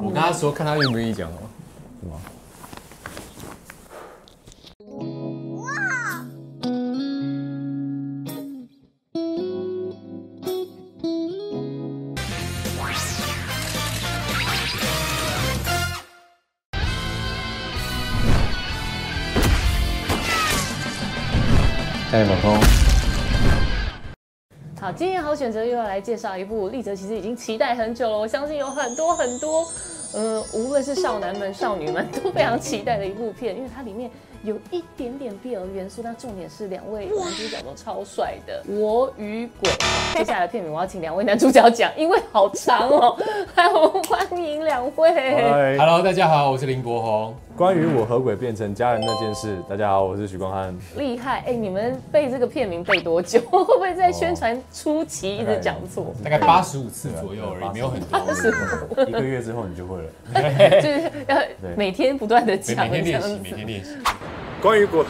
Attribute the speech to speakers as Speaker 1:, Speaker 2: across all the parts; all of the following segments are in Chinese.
Speaker 1: 我跟他说，看他愿不愿意讲哦。
Speaker 2: 哎，老公，
Speaker 3: 好，今天好选择又要来介绍一部丽泽其实已经期待很久了，我相信有很多很多，呃，无论是少男们、少女们都非常期待的一部片，因为它里面有一点点 BL 元素，但重点是两位男主角都超帅的，我与鬼。接下来的片名我要请两位男主角讲，因为好长哦。 来，我们欢迎两位。
Speaker 2: 嗨
Speaker 1: Hello，大家好，我是林柏宏。
Speaker 2: 关于我和鬼变成家人那件事，大家好，我是许光汉。
Speaker 3: 厉害，哎、你们背这个片名背多久？会不会在宣传初期一直讲错？
Speaker 1: 大概八十五次左右而已，没有很多。
Speaker 2: 一个月之后你就会了。
Speaker 3: 就是要
Speaker 2: 对
Speaker 3: 每天不断的
Speaker 1: 每
Speaker 3: 讲
Speaker 1: 哎每天
Speaker 3: 这样
Speaker 1: 练习，
Speaker 3: 子。
Speaker 1: 每天练习。
Speaker 2: 关于鬼，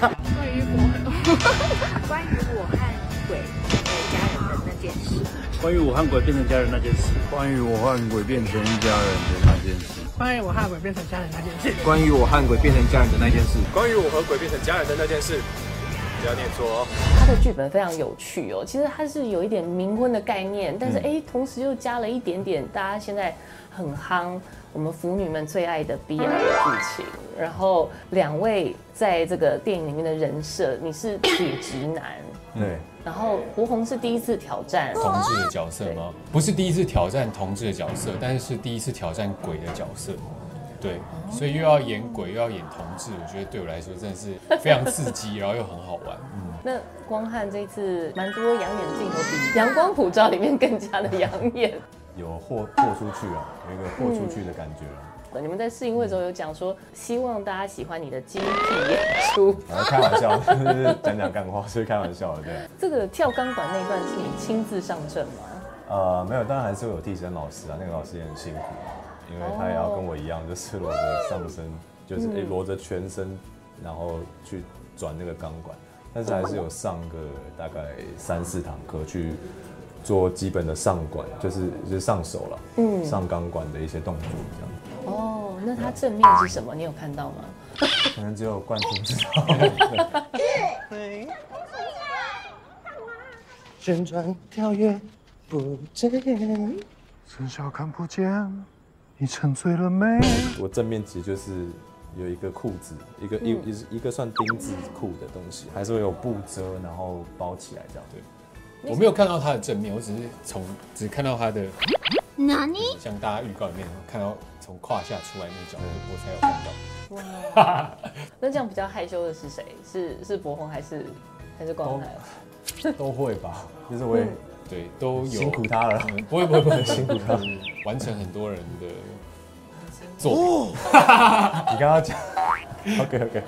Speaker 4: 关于我和鬼成为家人的那件事。
Speaker 5: 关于我和鬼变成家人那件事，
Speaker 2: 关于我和鬼变成一家人的那件事，
Speaker 6: 关于我和鬼变成家人那件事，
Speaker 5: 关于我和鬼变成家人的那件事，
Speaker 2: 关于我和鬼变成家人的那件事，不要念错哦。
Speaker 3: 它的剧本非常有趣哦，其实它是有一点冥婚的概念，但是哎、诶同时又加了一点点大家现在很夯，我们腐女们最爱的 BL 剧情。然后两位在这个电影里面的人设，你是铁直男，
Speaker 2: 对，
Speaker 3: 然后胡红是第一次挑战，
Speaker 1: 同志的角色吗？不是第一次挑战同志的角色，但是是第一次挑战鬼的角色。对，所以又要演鬼又要演同志，我觉得对我来说真的是非常刺 激，然后又很好玩。
Speaker 3: 那光汉这一次蛮多养眼镜头，比《阳光普照》里面更加的养眼。
Speaker 2: 有豁豁出去啊，有一个豁出去的感觉啊。
Speaker 3: 你们在试映会的时候有讲说，希望大家喜欢你的精辟演出。
Speaker 2: 然后开玩笑， 就是讲讲干话，是开玩笑的。对，
Speaker 3: 这个跳钢管那一段是你亲自上阵吗？
Speaker 2: 呃，没有，当然还是会有替身老师啊，那个老师也很辛苦，因为他也要跟我一样，就是裸着上身，就是诶裸着全身，然后去转那个钢管，但是还是有上个大概三四堂课去做基本的上管，就是就是上手了，嗯，上钢管的一些动作这样。
Speaker 3: 哦，那它正面是什么？你有看到吗？
Speaker 2: 可能只有冠军知道。
Speaker 6: 旋转跳跃不见，
Speaker 5: 生肖看不见，你沉醉了没？
Speaker 2: 我正面其实就是有一个裤子，一个一一一个算丁字裤的东西，还是会有布遮，然后包起来这样。对，
Speaker 1: 我没有看到他的正面，我只是从只看到他的，
Speaker 4: 哪里？
Speaker 1: 像大家预告里面看到从胯下出来那个角度，我才有看到。
Speaker 3: 那这样比较害羞的是谁？是是博宏还是还是光汉？
Speaker 2: 都会吧，就是我也
Speaker 1: 对，都有
Speaker 2: 辛苦他了。
Speaker 1: 嗯不会不会不会，辛苦他，完成很多人的作品。
Speaker 2: 你刚刚讲 ，OK OK，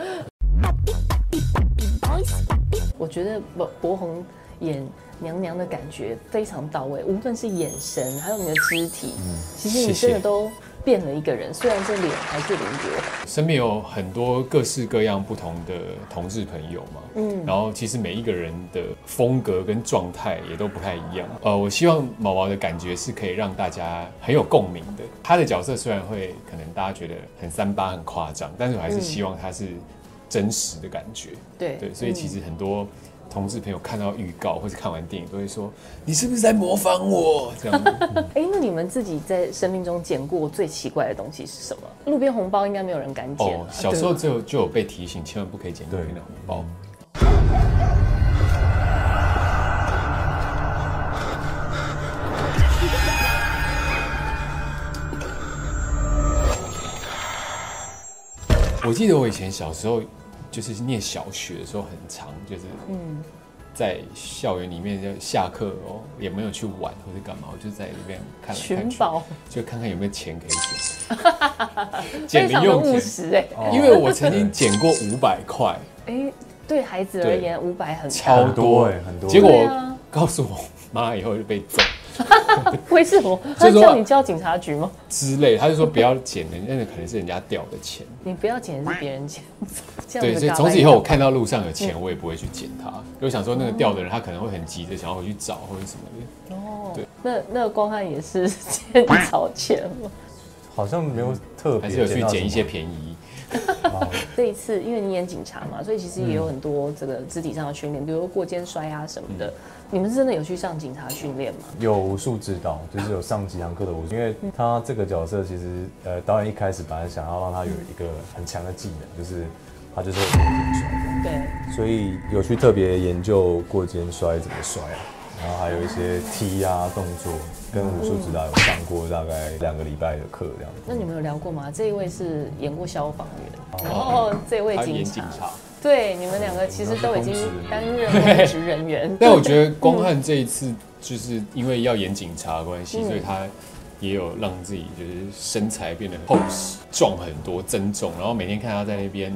Speaker 3: 我觉得博博宏演娘娘的感觉非常到位，无论是眼神还有你的肢体，
Speaker 1: 嗯
Speaker 3: 其实你真
Speaker 1: 谢
Speaker 3: 的
Speaker 1: 谢
Speaker 3: 都变了一个人。虽然这脸还是林博宏，
Speaker 1: 身边有很多各式各样不同的同志朋友嘛，嗯，然后其实每一个人的风格跟状态也都不太一样。呃，我希望毛毛的感觉是可以让大家很有共鸣的。他的角色虽然会可能大家觉得很三八很夸张，但是我还是希望他是真实的感觉。
Speaker 3: 对
Speaker 1: 对，所以其实很多同志朋友看到预告或者看完电影都会说：“你是不是在模仿我？”这样子。
Speaker 3: 哎、那你们自己在生命中捡过最奇怪的东西是什么？路边红包应该没有人敢捡、
Speaker 1: 哦
Speaker 3: 啊，
Speaker 1: 小时候就有就有被提醒，千万不可以捡路边的红包。我记得我以前小时候，就是念小学的时候很长，就是嗯，在校园里面就下课哦，也没有去玩或者干嘛，我就在里面看来看
Speaker 3: 寻
Speaker 1: 去，
Speaker 3: 宝
Speaker 1: 就看看有没有钱可以捡，捡
Speaker 3: 非
Speaker 1: 零
Speaker 3: 常的
Speaker 1: 用
Speaker 3: 务
Speaker 1: 钱。哦
Speaker 3: 实哎、
Speaker 1: 因为我曾经捡过五百 块，
Speaker 3: 哎、对孩子而言，五百很高，
Speaker 1: 超
Speaker 2: 很多
Speaker 1: 多
Speaker 2: 欸很多
Speaker 1: 结果
Speaker 3: 对
Speaker 1: 我
Speaker 3: 啊
Speaker 1: 告诉我妈以后就被揍
Speaker 3: 为 什么？
Speaker 1: 所
Speaker 3: 他
Speaker 1: 以说
Speaker 3: 叫你叫警察局吗？
Speaker 1: 之类，她就说不要捡人，那个可能是人家掉的钱。
Speaker 3: 你不要捡，是别人捡。这样
Speaker 1: 对，
Speaker 3: 子
Speaker 1: 所以
Speaker 3: 搞
Speaker 1: 从
Speaker 3: 来
Speaker 1: 此以后我看到路上有钱，我也不会去捡它。因为我想说那个掉的人，他可能会很急着想要回去找或者什么的。
Speaker 3: 哦
Speaker 1: 对
Speaker 3: 那那光汉也是捡草钱吗？
Speaker 2: 好像没有特别
Speaker 1: 还是有去
Speaker 2: 见到
Speaker 1: 捡一
Speaker 2: 什么
Speaker 1: 些便宜。
Speaker 3: 这一次因为你演警察嘛，所以其实也有很多这个肢体上的训练，比如说过肩摔啊什
Speaker 1: 嗯
Speaker 3: 么的。你们是真的有去上警察训练吗？
Speaker 2: 有武术指导，就是有上几堂课的武术，因为他这个角色其实，呃，导演一开始本来想要让他有一个很强的技能，就是他就是会过肩摔这样，
Speaker 3: 对，
Speaker 2: 所以有去特别研究过肩摔怎么摔啊，然后还有一些踢啊动作，跟武术指导有上过大概两个礼拜的课这样。
Speaker 3: 那你们有聊过吗？这一位是演过消防员，然后这位
Speaker 1: 哦他
Speaker 3: 警
Speaker 1: 演
Speaker 3: 察
Speaker 1: 警，察，
Speaker 3: 对，你们两个其实都已经担任公职人员。
Speaker 1: 但我觉得光汉这一次就是因为要演警察的关系，所以他也有让自己就是身材变得厚实、壮很多、增重，然后每天看他在那边。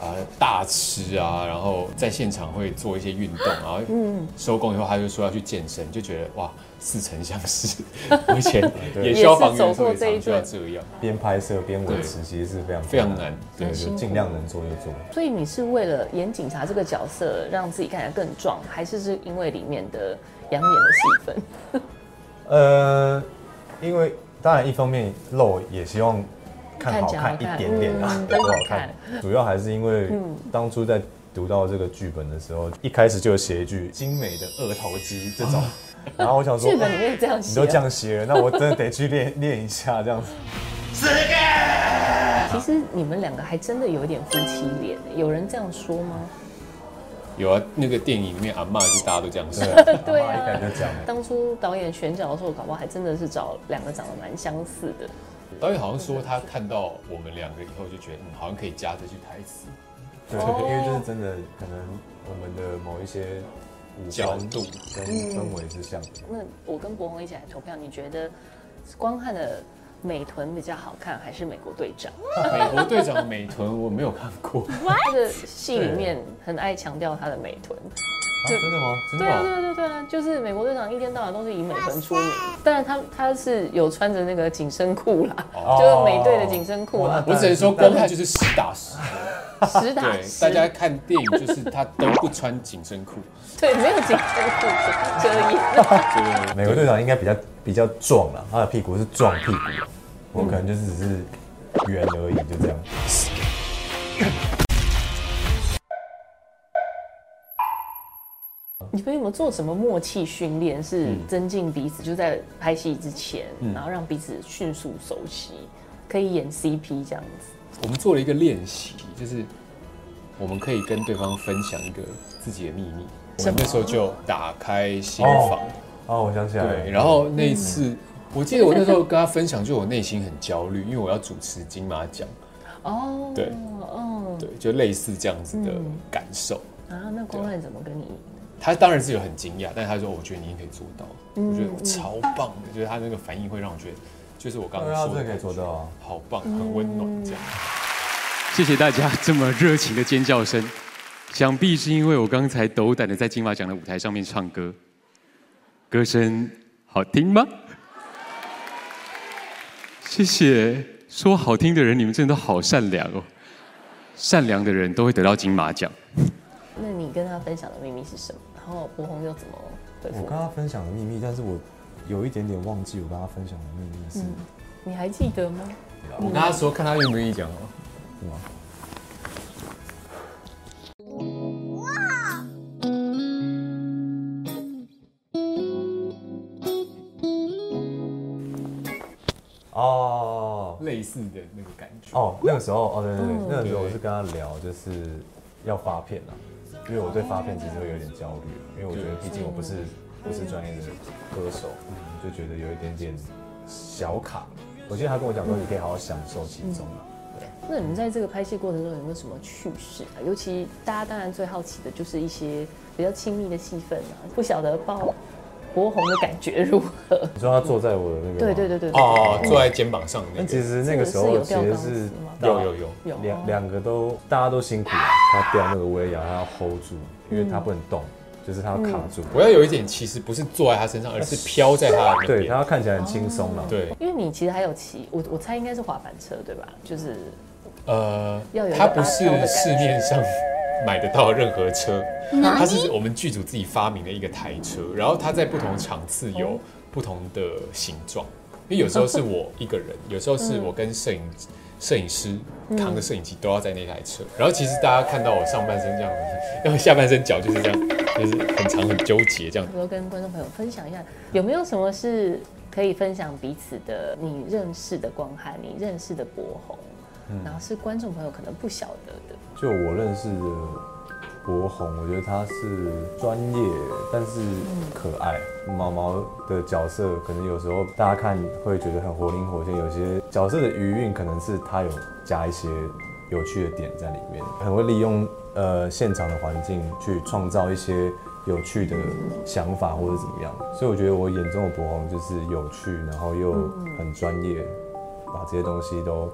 Speaker 1: 啊、大吃啊，然后在现场会做一些运动，然后
Speaker 3: 嗯
Speaker 1: 收工以后他就说要去健身，就觉得哇，似曾相识。 我以前
Speaker 2: 对
Speaker 1: 演消防员
Speaker 3: 也
Speaker 1: 的时候
Speaker 3: 是走过
Speaker 1: 也
Speaker 3: 这一
Speaker 1: 常需要
Speaker 3: 段
Speaker 1: 这样，
Speaker 2: 边拍摄边维持，其实是非常
Speaker 1: 非常难
Speaker 2: 对，
Speaker 1: 很
Speaker 2: 就
Speaker 1: 辛苦
Speaker 2: 尽量能做就做。
Speaker 3: 所以你是为了演警察这个角色让自己看起来更壮，还是是因为里面的养眼的戏份？
Speaker 2: 呃，因为当然一方面肉也希望看好看一点点啊
Speaker 3: 看，起来
Speaker 2: 不
Speaker 3: 好看
Speaker 2: 好
Speaker 3: 嗯
Speaker 2: 看。主要还是因为当初在读到这个剧本的时候，一开始就有写一句“精美的二头肌”这种，然后我想说，
Speaker 3: 啊剧本里面是这样
Speaker 2: 哇你
Speaker 3: 写
Speaker 2: 都
Speaker 3: 啊、
Speaker 2: 这样写了，那我真的得去练练一下这样 子。
Speaker 3: 其实你们两个还真的有一点夫妻脸，有人这样说 吗？
Speaker 1: 有啊，那个电影里面阿嬷就大家都这样说。
Speaker 3: 对
Speaker 2: 阿妈一开
Speaker 3: 啊。
Speaker 2: 始就讲了，
Speaker 3: 当初导演选角的时候，搞不好还真的是找两个长得蛮相似的。
Speaker 1: 导演好像说他看到我们两个以后就觉得，嗯，好像可以加这句台词，
Speaker 2: 对，因为就是真的，可能我们的某一些五
Speaker 1: 角
Speaker 2: 官
Speaker 1: 度嗯
Speaker 2: 跟氛围是像的。
Speaker 3: 那我跟博宏一起来投票，你觉得光汉的美臀比较好看，还是美国队长？
Speaker 1: 美国队长的美臀我没有看 过，
Speaker 3: 这个戏里面很爱强调他的美臀。
Speaker 2: 啊，真的吗？真的
Speaker 3: 对啊，对
Speaker 2: 哦。
Speaker 3: 啊，对啊对啊，就是美国队长一天到晚都是以美臀出名，当然他他是有穿着那个紧身裤啦，
Speaker 1: 哦
Speaker 3: 就是美队的紧身裤啦，
Speaker 1: 我只能说光看就是实打实。
Speaker 3: 实打
Speaker 1: 哦 对，
Speaker 3: 实
Speaker 1: 大家看电影就是他都不穿紧身裤，
Speaker 3: 对没有紧身裤遮掩。
Speaker 1: 对，
Speaker 2: 美国队长应该比较比较壮了，他的屁股是壮屁股，我可能就是只是圆而已，就这样。
Speaker 3: 你们有没有做什么默契训练？是增进彼此，就在拍戏之前，
Speaker 1: 嗯
Speaker 3: 然后让彼此迅速熟悉，可以演 CP 这样子。
Speaker 1: 我们做了一个练习，就是我们可以跟对方分享一个自己的秘密。我们那时候就打开心房，
Speaker 2: 哦，我想起来了，
Speaker 1: 对，然后那一
Speaker 3: 嗯
Speaker 1: 次，我记得我那时候跟他分享，就我内心很焦虑，因为我要主持金马奖，
Speaker 3: 哦，
Speaker 1: 对
Speaker 3: 嗯，
Speaker 1: 对，就类似这样子的感受。
Speaker 3: 啊，那光汉怎么跟你？
Speaker 1: 他当然是有很惊讶，但是他说：“我觉得你也可以做到。我觉得我超棒的，就是他那个反应会让我觉得，就是我刚
Speaker 2: 对
Speaker 1: 刚
Speaker 2: 啊，
Speaker 1: 说
Speaker 2: 这
Speaker 1: 的
Speaker 2: 个可
Speaker 1: 感
Speaker 2: 以做
Speaker 1: 觉
Speaker 2: 到啊。
Speaker 1: 好棒，很温暖这样。谢谢大家这么热情的尖叫声，想必是因为我刚才斗胆的在金马奖的舞台上面唱歌，歌声好听吗？谢谢说好听的人，你们真的都好善良哦，善良的人都会得到金马奖。
Speaker 3: 那你跟他分享的秘密是什么？然后博宏又怎么回
Speaker 2: 我
Speaker 3: 复
Speaker 2: 跟？他分享的秘密，但是我有一点点忘记我跟他分享的秘密是，
Speaker 3: 你还记得吗？
Speaker 1: 我跟他说，看他愿不愿意讲哦。
Speaker 2: 是吗？哦
Speaker 1: 类似的那个感觉。
Speaker 2: 哦，那个时候哦，对对对，那个时候
Speaker 1: 对
Speaker 2: 我是跟他聊，就是要发片啊，因为我对发片其实会有点焦虑，因为我觉得毕竟我不是不是专业的歌手，嗯就觉得有一点点小卡。我记得他跟我讲说，你可以好好享受其中啊。
Speaker 3: 那你们在这个拍戏过程中有没有什么趣事啊？尤其大家当然最好奇的就是一些比较亲密的戏份啊，不晓得爆博宏的感觉如何？
Speaker 2: 你说他坐在我的那个吗
Speaker 3: 对对对对对
Speaker 1: 哦，坐在肩膀上那
Speaker 2: 但
Speaker 1: 个
Speaker 2: 其实那个时候其实是大
Speaker 1: 有有有，
Speaker 3: 有
Speaker 2: 两两个都大家都辛苦了，他掉那个威亚，他要 hold 住，因为他不能动，就是他要卡住。
Speaker 3: 嗯
Speaker 1: 我要有一点，其实不是坐在他身上，而是飘在他的那
Speaker 2: 对，他
Speaker 1: 边。
Speaker 2: 要看起来很轻松了。，
Speaker 1: 对，
Speaker 3: 因为你其实还有骑，我我猜应该是滑板车对吧？就是
Speaker 1: 呃
Speaker 3: 要有一，个
Speaker 1: 他不是
Speaker 3: 阿飘的感觉
Speaker 1: 市面上买得到任何车，它是我们剧组
Speaker 3: 嗯
Speaker 1: 自己发明的一个台车，然后它在不同场次有不同的形状，因为有时候是我一 个人，有时候是我跟摄影摄影师扛着摄影机都要在那台车。
Speaker 3: 嗯
Speaker 1: 然后其实大家看到我上半身这样， 然后下半身脚就是这样，就是很长很纠结这样。
Speaker 3: 多跟观众朋友分享一下，有没有什么是可以分享彼此的？你认识的光汉，你认识的博宏，然后是观众朋友可能不晓得的。
Speaker 2: 就我认识的博宏，我觉得他是专业，但是可爱。毛毛的角色可能有时候大家看会觉得很活灵活现，有些角色的余韵可能是他有加一些有趣的点在里面，很会利用呃现场的环境去创造一些有趣的想法或者怎么样。所以我觉得我眼中的博宏就是有趣，然后又很专业，把这些东西都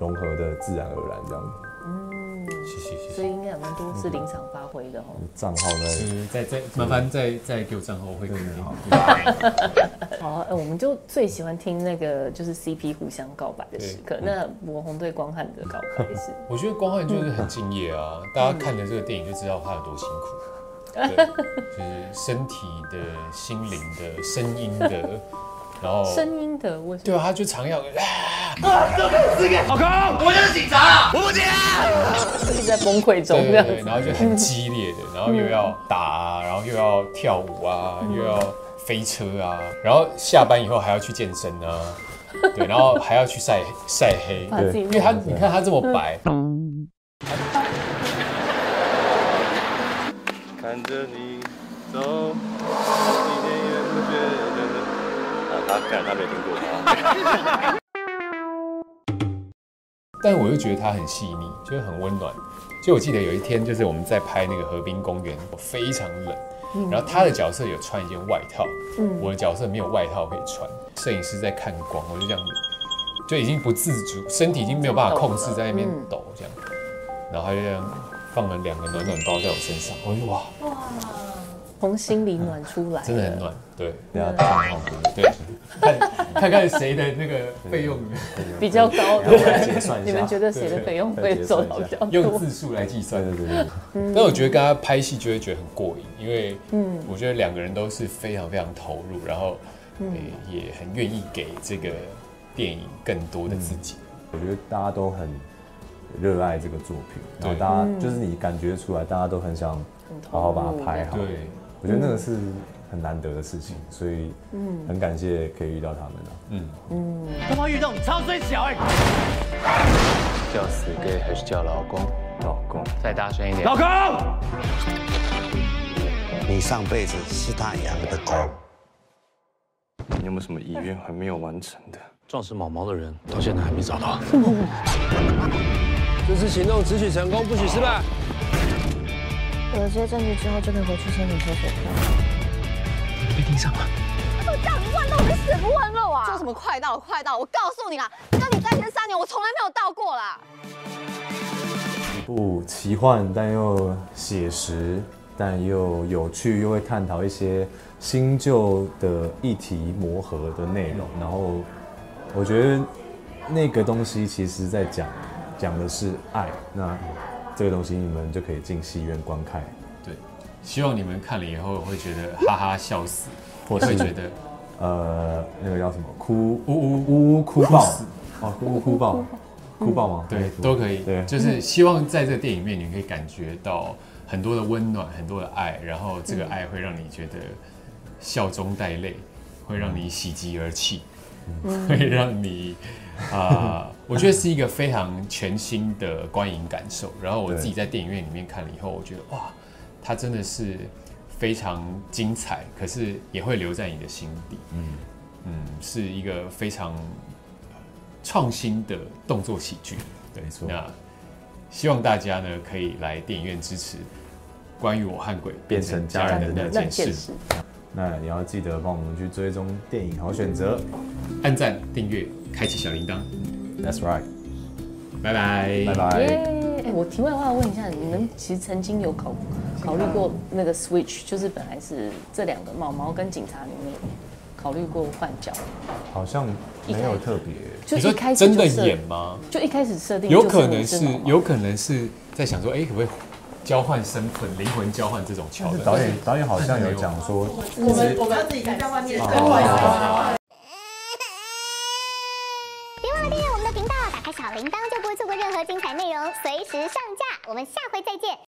Speaker 2: 融合的自然而然这样。
Speaker 1: 嗯谢谢谢谢
Speaker 3: 所以。应该有蛮多是临场发挥的哦。
Speaker 2: 账号在
Speaker 1: 嗯，再再麻烦再再给我账号，我会更好。
Speaker 3: 好，呃我们就最喜欢听那个就是 CP 互相告白的时刻。
Speaker 1: 嗯
Speaker 3: 那博宏对光汉的告 白是，
Speaker 1: 我觉得光汉就是很敬业啊，大家看了这个电影就知道他有多辛苦。对，就是身体的、心灵的、声音的，然后
Speaker 3: 声音的为什
Speaker 1: 对
Speaker 3: 么？
Speaker 1: 啊，他就常要啊，
Speaker 3: 一直在崩溃中
Speaker 1: 对
Speaker 3: 这样
Speaker 1: 对对，
Speaker 3: 子。
Speaker 1: 然后就很激烈的，然后又要
Speaker 3: 嗯
Speaker 1: 打啊，然后又要跳舞啊，又要飞车啊，然后下班以后还要去健身啊，对，然后还要去晒晒黑，
Speaker 3: 把自己
Speaker 1: 因为他你看他这么白，
Speaker 7: 看着你走，一点也不觉得。啊，他干他没听过啊。
Speaker 1: 但我又觉得他很细腻，就是很温暖。就我记得有一天，就是我们在拍那个河滨公园，非常冷，然后他的角色有穿一件外套，我的角色没有外套可以穿。摄影师在看光，我就这样子，就已经不自主，身体已经没有办法控制，在那边抖这样，然后他就这样放了两个暖暖包在我身上，我就哇，
Speaker 3: 从心里暖出来，
Speaker 1: 真的很。暖，对
Speaker 2: 聊账号，
Speaker 1: 对，看看看谁的那个费用
Speaker 3: 比较高
Speaker 2: 然后我来结算一
Speaker 3: 你
Speaker 2: 下
Speaker 3: 们觉得谁的费用会走到比较
Speaker 1: 用
Speaker 3: 多？
Speaker 1: 字数来计算
Speaker 2: 对。对对对，
Speaker 1: 但我觉得跟他拍戏就会觉得很过瘾，因为我觉得两个人都是非常非常投入，然后、呃也很愿意给这个电影更多的自己。
Speaker 2: 我觉得大家都很热爱这个作品，然后
Speaker 1: 对
Speaker 2: 大家、
Speaker 3: 嗯
Speaker 2: 就是你感觉出来，大家都很想好好把它拍好。
Speaker 1: 对，
Speaker 2: 我觉得那个是很难得的事情，所以很感谢可以遇到他们啊。
Speaker 1: 嗯，
Speaker 7: 叫死 gay 还是叫老公？
Speaker 2: 老公，
Speaker 7: 再大声一点。老
Speaker 8: 你上辈子是他养的狗。
Speaker 7: 公，你有没有什么遗愿还没有完成的？
Speaker 9: 撞死毛毛的人到现在还没找到。
Speaker 8: 这次行动只许成功，不许失败。
Speaker 10: 有了这些证据之后，就可以回去申请搜索票。
Speaker 4: 做什么快到快到？我告诉你啦，跟你在一起三年，我从来没有到过啦。
Speaker 2: 一部奇幻但又写实，但又有趣，又会探讨一些新旧的议题磨合的内容。然后我觉得那个东西其实在讲讲的是爱，那这个东西你们就可以进戏院观看，
Speaker 1: 对，希望你们看了以后会觉得哈哈笑死，
Speaker 2: 或
Speaker 1: 会
Speaker 2: 是
Speaker 1: 觉得
Speaker 2: 呃那个叫什么哭
Speaker 1: 呜呜呜，
Speaker 2: 呜呜哭爆哦哭哭爆哭爆吗？
Speaker 1: 对，都可以。
Speaker 2: 对
Speaker 1: 就是希望在这个电影里面，你可以感觉到很多的温暖，很多的爱，然后这个爱会让你觉得笑中带泪，会让你喜极而泣，会让你啊、我觉得是一个非常全新的观影感受。然后我
Speaker 2: 对
Speaker 1: 自己在电影院里面看了以后，我觉得哇，它真的是非常精彩，可是也会留在你的心底。嗯嗯，是一个非常创新的动作喜剧。对，
Speaker 2: 没错
Speaker 1: 那希望大家呢可以来电影院支持。关于我和鬼变成家人的那
Speaker 3: 那
Speaker 1: 件
Speaker 3: 件
Speaker 1: 事
Speaker 3: 事，，
Speaker 2: 那也要记得帮我们去追踪电影好选择
Speaker 1: 按赞、订阅、开启小铃铛，
Speaker 2: ，That's right，
Speaker 1: 拜拜，
Speaker 2: 拜。拜。
Speaker 3: 耶！哎，我题外话问一下，你们其实曾经有考考虑过那个 switch，就是本来是这两个毛毛跟警察，你们有考虑过换角？
Speaker 2: 好像没有特别，
Speaker 3: 就
Speaker 1: 你
Speaker 3: 一
Speaker 1: 说
Speaker 3: 开始
Speaker 1: 真的
Speaker 3: 就设
Speaker 1: 演，吗？
Speaker 3: 就一开始设定
Speaker 1: 有
Speaker 3: 就
Speaker 1: 可能
Speaker 3: 是
Speaker 1: 是
Speaker 3: 毛毛
Speaker 1: 有可能是在想说，哎、可不可以交换身份、灵魂交换这种桥段？
Speaker 2: 导演导演好像有讲说，
Speaker 10: 我们我们自己在外面。
Speaker 11: 小铃铛，就不会错过任何精彩内容，随时上架。我们下回再见。